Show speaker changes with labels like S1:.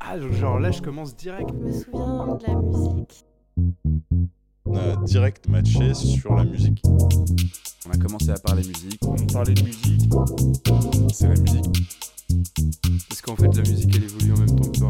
S1: Ah, genre là, je commence direct.
S2: Je me souviens de la musique.
S3: euh, direct matché sur la musique.
S4: On a commencé à parler musique.
S3: On parlait de musique. C'est la musique.
S1: Parce qu'en fait, la musique, elle évolue en même temps que toi.